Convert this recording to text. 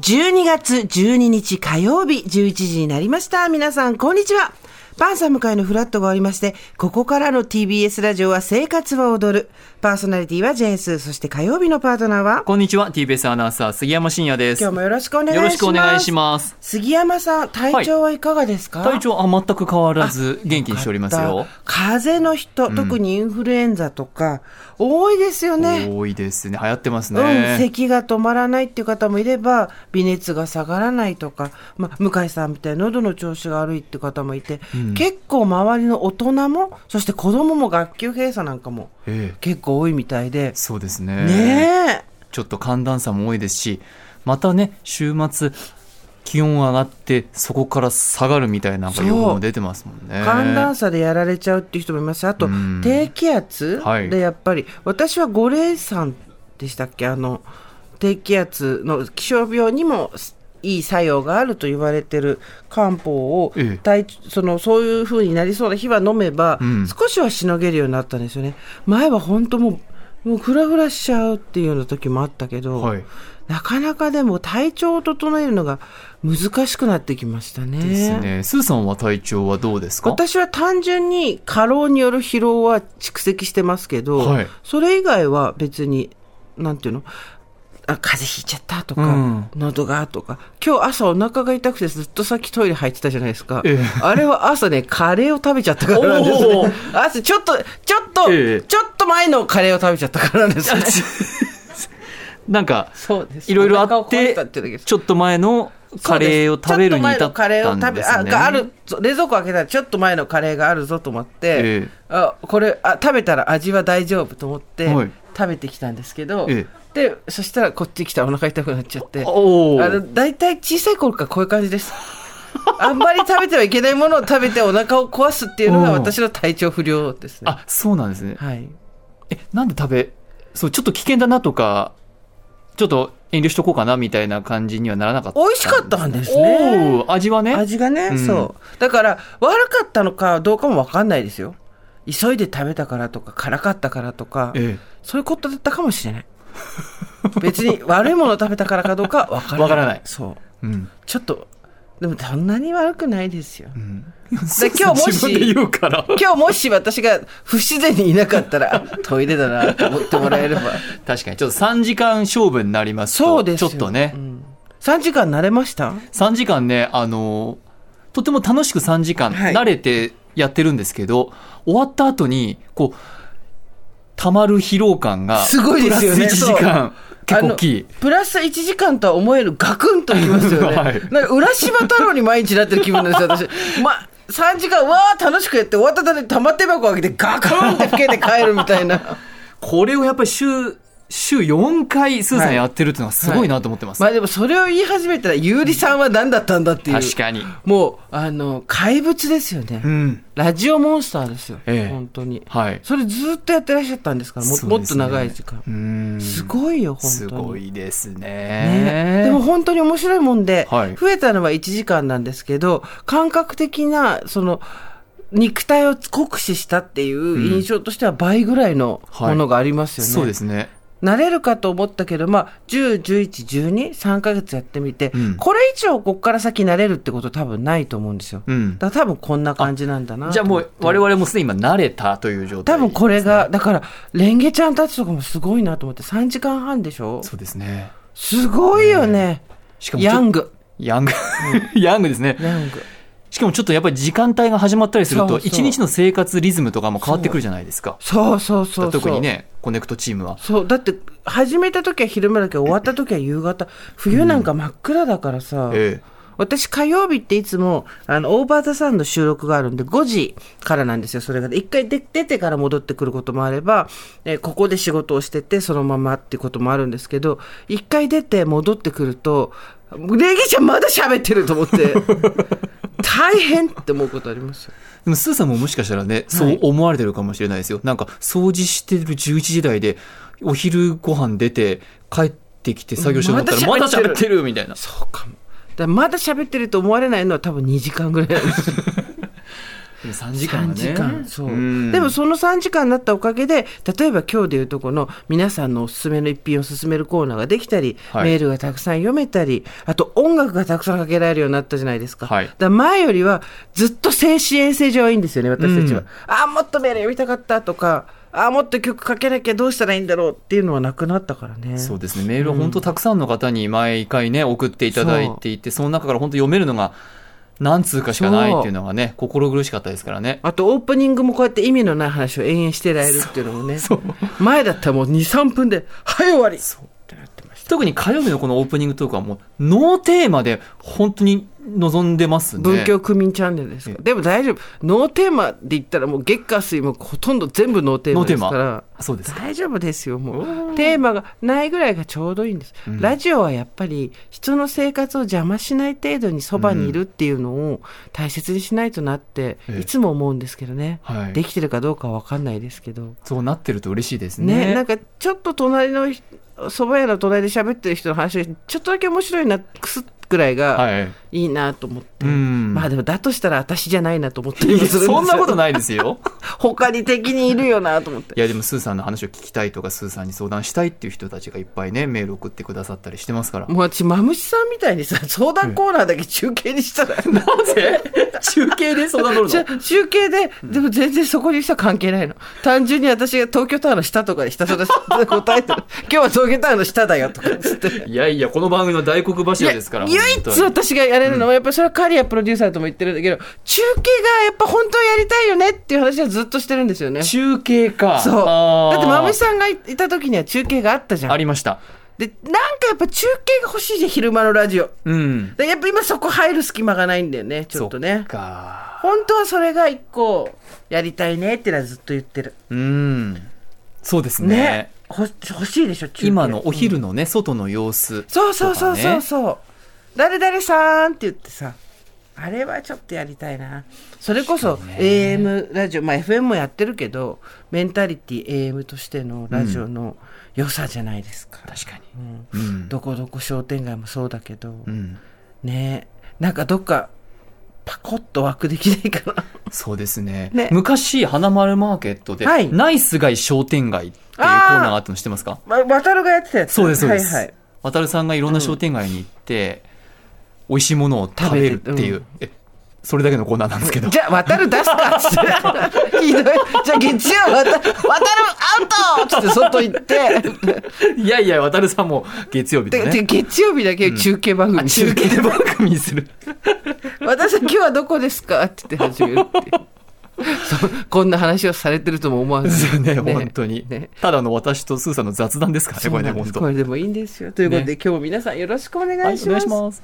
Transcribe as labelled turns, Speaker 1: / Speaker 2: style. Speaker 1: 12月12日火曜日11時になりました。皆さん、こんにちは。パンサム会のフラットがありまして、ここからの TBS ラジオは生活は踊る。パーソナリティはジェンス、そして火曜日のパートナーは、
Speaker 2: こんにちは、TBS アナウンサー、杉山真也です。
Speaker 1: 今日もよろしくお願いしま
Speaker 2: よろ
Speaker 1: す。
Speaker 2: しくお願いします。
Speaker 1: 杉山さん、体調はいかがですか、
Speaker 2: 体調は全く変わらず、元気にしておりますよ。
Speaker 1: 風邪の人、特にインフルエンザとか、多いですよね。
Speaker 2: 多いですね。流行ってます
Speaker 1: うん、
Speaker 2: ね。
Speaker 1: 咳が止まらないっていう方もいれば、微熱が下がらないとか、まあ、向井さんみたいに喉の調子が悪いって方もいて、結構周りの大人も、そして子供も学級閉鎖なんかも
Speaker 2: ええ
Speaker 1: 結構多いみたいで、
Speaker 2: そうですね。
Speaker 1: ねえ、
Speaker 2: ちょっと寒暖差も多いですし、またね、週末、気温上がって、そこから下がるみたいななんか
Speaker 1: そう
Speaker 2: 予報も出てますもんね。
Speaker 1: 寒暖差でやられちゃうっていう人もいますしあと
Speaker 2: うん
Speaker 1: 低気圧
Speaker 2: はい
Speaker 1: でやっぱり、私は五苓散でしたっけあの低気圧の気象病にもいい作用があると言われてる漢方を
Speaker 2: ええ
Speaker 1: 体そのそういう風になりそうな日は飲めば、
Speaker 2: うん
Speaker 1: 少しはしのげるようになったんですよね前は本当もうもうフラフラしちゃうっていうような時もあったけど、
Speaker 2: はい
Speaker 1: なかなかでも体調を整えるのが難しくなってきましたね。
Speaker 2: ですね。スーさんは体調はどうですか
Speaker 1: 私は単純に過労による疲労は蓄積してますけど、
Speaker 2: はい
Speaker 1: それ以外は別に、なんていうのあ風邪ひいちゃったとか、
Speaker 2: うん
Speaker 1: 喉がとか、今日朝お腹が痛くてずっとさっきトイレ入ってたじゃないですか。
Speaker 2: ええ
Speaker 1: あれは朝ね、カレーを食べちゃったからなんです
Speaker 2: お
Speaker 1: ね
Speaker 2: ー。
Speaker 1: 朝ちょっと、ちょっと、
Speaker 2: ええ
Speaker 1: ちょっと前のカレーを食べちゃったからなんですね。
Speaker 2: なんか、
Speaker 1: そうです
Speaker 2: いろいろあ
Speaker 1: お
Speaker 2: っ
Speaker 1: 腹を壊
Speaker 2: て
Speaker 1: したってだけです、
Speaker 2: ちょっと前のカレーを食べるに至ったんですね。
Speaker 1: そうですちょっと前のカレーを食べあがあるぞ冷蔵庫開けたらちょっと前のカレーがあるぞと思って、
Speaker 2: ええ
Speaker 1: あこれあ食べたら味は大丈夫と思って、
Speaker 2: はい
Speaker 1: 食べてきたんですけど、
Speaker 2: え
Speaker 1: でそしたらこっち来たらお腹痛くなっちゃってあ
Speaker 2: おー
Speaker 1: の大体小さい頃からこういう感じです あんまり食べてはいけないものを食べてお腹を壊すっていうのが
Speaker 2: うん
Speaker 1: 私の体調不良ですね
Speaker 2: あ、そうなんですね。
Speaker 1: はい
Speaker 2: え、なんで食べ、そう、ちょっと危険だなとか、ちょっと遠慮しとこうかなみたいな感じにはならなかった。
Speaker 1: 美味しかったんですね
Speaker 2: おー味はね。
Speaker 1: 味がね、
Speaker 2: うん
Speaker 1: そうだから悪かったのかどうかも分かんないですよ急いで食べたからとか辛かったからとか、
Speaker 2: え
Speaker 1: そういうことだったかもしれない別に悪いものを食べたからかどうか分からない
Speaker 2: わからない
Speaker 1: そう
Speaker 2: え。うん。
Speaker 1: ちょっとでもそんなに悪くないですよ
Speaker 2: うん。
Speaker 1: で今日もし
Speaker 2: 自分で言うから。
Speaker 1: 今日もし私が不自然にいなかったらトイレだなと思ってもら えれば
Speaker 2: 確かに、ちょっと3時間勝負になりますと。
Speaker 1: そうです
Speaker 2: ちょ
Speaker 1: よ
Speaker 2: っとね
Speaker 1: う。ん3時間慣れました
Speaker 2: 3時間ね、あのーとても楽しく3時間、
Speaker 1: はい
Speaker 2: 慣れてやってるんですけど、終わった後に、こう、溜まる疲労感が、
Speaker 1: すごいですよね
Speaker 2: プラス1時間、結構大きい
Speaker 1: あ。のプラス1時間とは思えるガクンときますよね、
Speaker 2: はい
Speaker 1: なんか浦島太郎に毎日なってる気分なんですよ私 ま3時間うわー楽しくやって終わった後に玉手箱開けてガクンって吹けて帰るみたい な
Speaker 2: これをやっぱり週、週4回、スーさ
Speaker 1: は
Speaker 2: ん
Speaker 1: い
Speaker 2: やってるっていうのはすごいなと思ってます。
Speaker 1: まあでもそれを言い始めたら優里さんは何だったんだっていう
Speaker 2: 確かに。
Speaker 1: もうあの怪物ですよね、
Speaker 2: うん。
Speaker 1: ラジオモンスターですよ、
Speaker 2: ええ
Speaker 1: 本当に
Speaker 2: はい。
Speaker 1: それずっとやってらっしゃったんですからも,、
Speaker 2: そうですね
Speaker 1: もっと長い時間
Speaker 2: うん。
Speaker 1: すごいよ本当に
Speaker 2: すごいです
Speaker 1: ね
Speaker 2: ね。
Speaker 1: でも、本当に面白いもんで、
Speaker 2: はい
Speaker 1: 増えたのは1時間なんですけど、感覚的な、その、肉体を酷使したっていう印象としては倍ぐらいの
Speaker 2: はい
Speaker 1: ものがありますよね。
Speaker 2: そうですね。
Speaker 1: 慣れるかと思ったけど、まあ、10、11、12、3ヶ月やってみて、
Speaker 2: うん
Speaker 1: これ以上こっから先慣れるってこと多分ないと思うんですよ。
Speaker 2: うん。
Speaker 1: だから多分こんな感じなんだな
Speaker 2: じゃあ
Speaker 1: と
Speaker 2: も
Speaker 1: 思っ
Speaker 2: う
Speaker 1: て、
Speaker 2: 我々もすでに今慣れたという状態。
Speaker 1: 多分これが、だから、レンゲちゃんたちとかもすごいなと思って、3時間半でしょ
Speaker 2: そうですね。
Speaker 1: すごいよね。
Speaker 2: しかもちょ、
Speaker 1: ヤング。
Speaker 2: ヤング。 ヤングですね。
Speaker 1: ヤング。
Speaker 2: しかもちょっとやっぱり時間帯が始まったりする
Speaker 1: そ
Speaker 2: と、
Speaker 1: うそう
Speaker 2: 一日の生活リズムとかも変わってくるじゃないですか。
Speaker 1: そうそうそうそう。
Speaker 2: 特に。ね、コネクトチームは。
Speaker 1: そう、だって、始めた時は昼間だけど終わった時は夕方。冬なんか真っ暗だからさ。
Speaker 2: え
Speaker 1: 私火曜日っていつも、あの、オーバーザさんの収録があるんで、5時からなんですよ、それが。一回で出てから戻ってくることもあれば、えーここで仕事をしてて、そのままっていうこともあるんですけど、一回出て戻ってくると、礼儀ちゃんまだ喋ってると思って、 大変って思うことありますよ。
Speaker 2: えでも、スーさんももしかしたらね、そう思われてるかもしれないですよ。なんか、掃除してる11時台で、お昼ご飯出て、帰ってきて作業してもらったら、
Speaker 1: ま
Speaker 2: ま
Speaker 1: だ
Speaker 2: だ
Speaker 1: 喋ってる
Speaker 2: 喋ってるみたいな。
Speaker 1: そうかも。だからまだ喋ってると思われないのは多分2時間ぐらいなんですよ
Speaker 2: でも3時間はね
Speaker 1: 3時間そう、
Speaker 2: うん
Speaker 1: でもその3時間だったおかげで例えば今日でいうとこの皆さんのおすすめの一品を勧めるコーナーができたり、
Speaker 2: はい
Speaker 1: メールがたくさん読めたりあと音楽がたくさんかけられるようになったじゃないですか,、
Speaker 2: はい
Speaker 1: だから前よりはずっと精神衛生上はいいんですよね私たちは、
Speaker 2: うん
Speaker 1: ああもっとメール読みたかったとかああもっと曲かけなきゃどうしたらいいんだろうっていうのはなくなったからね
Speaker 2: そうですねメールを本当たくさんの方に毎回ね送っていただいていてその中から本当読めるのが何通かしかないっていうのがね心苦しかったですからね
Speaker 1: あとオープニングもこうやって意味のない話を延々してられるっていうのもね
Speaker 2: そう
Speaker 1: 前だったらもう23分で「はい終わり!」ってなってました
Speaker 2: 特に火曜日のこのオープニングトークはもうノーテーマで本当に望んでますね
Speaker 1: 文教区民チャンネルですか、でも大丈夫ノーテーマで言ったらもう月下水もほとんど全部ノーテーマですから
Speaker 2: そうですか
Speaker 1: 大丈夫ですよもうテーマがないぐらいがちょうどいいんです、ラジオはやっぱり人の生活を邪魔しない程度にそばにいるっていうのを大切にしないとなって
Speaker 2: ええ
Speaker 1: いつも思うんですけどね、
Speaker 2: はい
Speaker 1: できてるかどうかは分かんないですけど
Speaker 2: そうなってると嬉しいです
Speaker 1: ねなん
Speaker 2: ね
Speaker 1: かちょっと隣の人蕎麦屋の隣で喋ってる人の話がちょっとだけ面白いなくすぐらいが
Speaker 2: はい
Speaker 1: いいなと思って、
Speaker 2: うん
Speaker 1: まあでもだとしたら私じゃないなと思って
Speaker 2: いやそんなこと
Speaker 1: い
Speaker 2: ないですよ
Speaker 1: 他に敵にいるよなと思って
Speaker 2: いやでもスーさんの話を聞きたいとかスーさんに相談したいっていう人たちがいっぱいねメール送ってくださったりしてますから
Speaker 1: もう私マムシさんみたいにさ相談コーナーだけ中継にしたら、
Speaker 2: なぜ中継で相談乗る
Speaker 1: じゃ
Speaker 2: の
Speaker 1: 中継で、でも全然そこにさ関係ないの。単純に私が東京タワーの下とかでひたすら答えてる。今日は東京タワーの下だよとかつって。
Speaker 2: いやいやこの番組の大黒柱ですから
Speaker 1: いや唯
Speaker 2: 本当
Speaker 1: 一
Speaker 2: に
Speaker 1: 私がやれるのは、やっぱそれはカリアプロデューサーとも言ってるんだけど、中継がやっぱ本当はやりたいよねっていう話はずっとしてるんですよね。
Speaker 2: 中継か
Speaker 1: そう。
Speaker 2: あー
Speaker 1: だって、まむしさんがいた時には中継があったじゃ
Speaker 2: あ
Speaker 1: ん。
Speaker 2: りました
Speaker 1: で、なんかやっぱ中継が欲しいじゃん、昼間のラジオ。
Speaker 2: うん
Speaker 1: でやっぱ今そこ入る隙間がないんだよね、ちょっと
Speaker 2: そ
Speaker 1: ね
Speaker 2: っ。か
Speaker 1: 本当はそれが一個やりたいねってのはずっと言ってる。
Speaker 2: うんそうです
Speaker 1: ね。
Speaker 2: ね
Speaker 1: ほ欲しいでしょ、中継。
Speaker 2: 今のお昼のね、外の様子とか、
Speaker 1: そ
Speaker 2: ね、
Speaker 1: うそうそうそうそう。誰々さんって言ってさ。あれはちょっとやりたいな。それこそ AM ラジオ、まあ FM もやってるけど、メンタリティ AM としてのラジオの良さじゃないですか。
Speaker 2: 確かに
Speaker 1: う
Speaker 2: うんん、
Speaker 1: どこどこ商店街もそうだけど、
Speaker 2: うん、
Speaker 1: ねえなんかどっかパコッと枠できないかな。
Speaker 2: そうですね
Speaker 1: ね
Speaker 2: 昔花丸マーケットで、
Speaker 1: はい
Speaker 2: ナイスガイ商店街っていうコーナーがあったの知ってますか
Speaker 1: ま、渡るがやってたやつ。
Speaker 2: そうですそうです、
Speaker 1: はいはい。
Speaker 2: 渡るさんがいろんな商店街に行って、美味しいものを食べるっていう、
Speaker 1: 食
Speaker 2: えそれだけのコーナーなんですけど
Speaker 1: じゃあ、渡る出すかっつって。ひどい。じゃあ、月曜、渡る、渡るアウトっつって外行って。
Speaker 2: いやいや渡るさんも月曜日
Speaker 1: て
Speaker 2: で
Speaker 1: て
Speaker 2: ね
Speaker 1: 月曜日だけ中継番組にする
Speaker 2: 中継番組にす る
Speaker 1: 私は今日はどこですかって言って始めるっていうそうこんな話をされてるとも思わ
Speaker 2: で
Speaker 1: ず
Speaker 2: すよね本当に、
Speaker 1: ね
Speaker 2: ただの私とスーさんの雑談ですからねこれね本当
Speaker 1: これでもいいんですよということで、
Speaker 2: ね
Speaker 1: 今日も皆さんよろしくお願
Speaker 2: はいい
Speaker 1: し
Speaker 2: お願
Speaker 1: ま
Speaker 2: い
Speaker 1: す
Speaker 2: します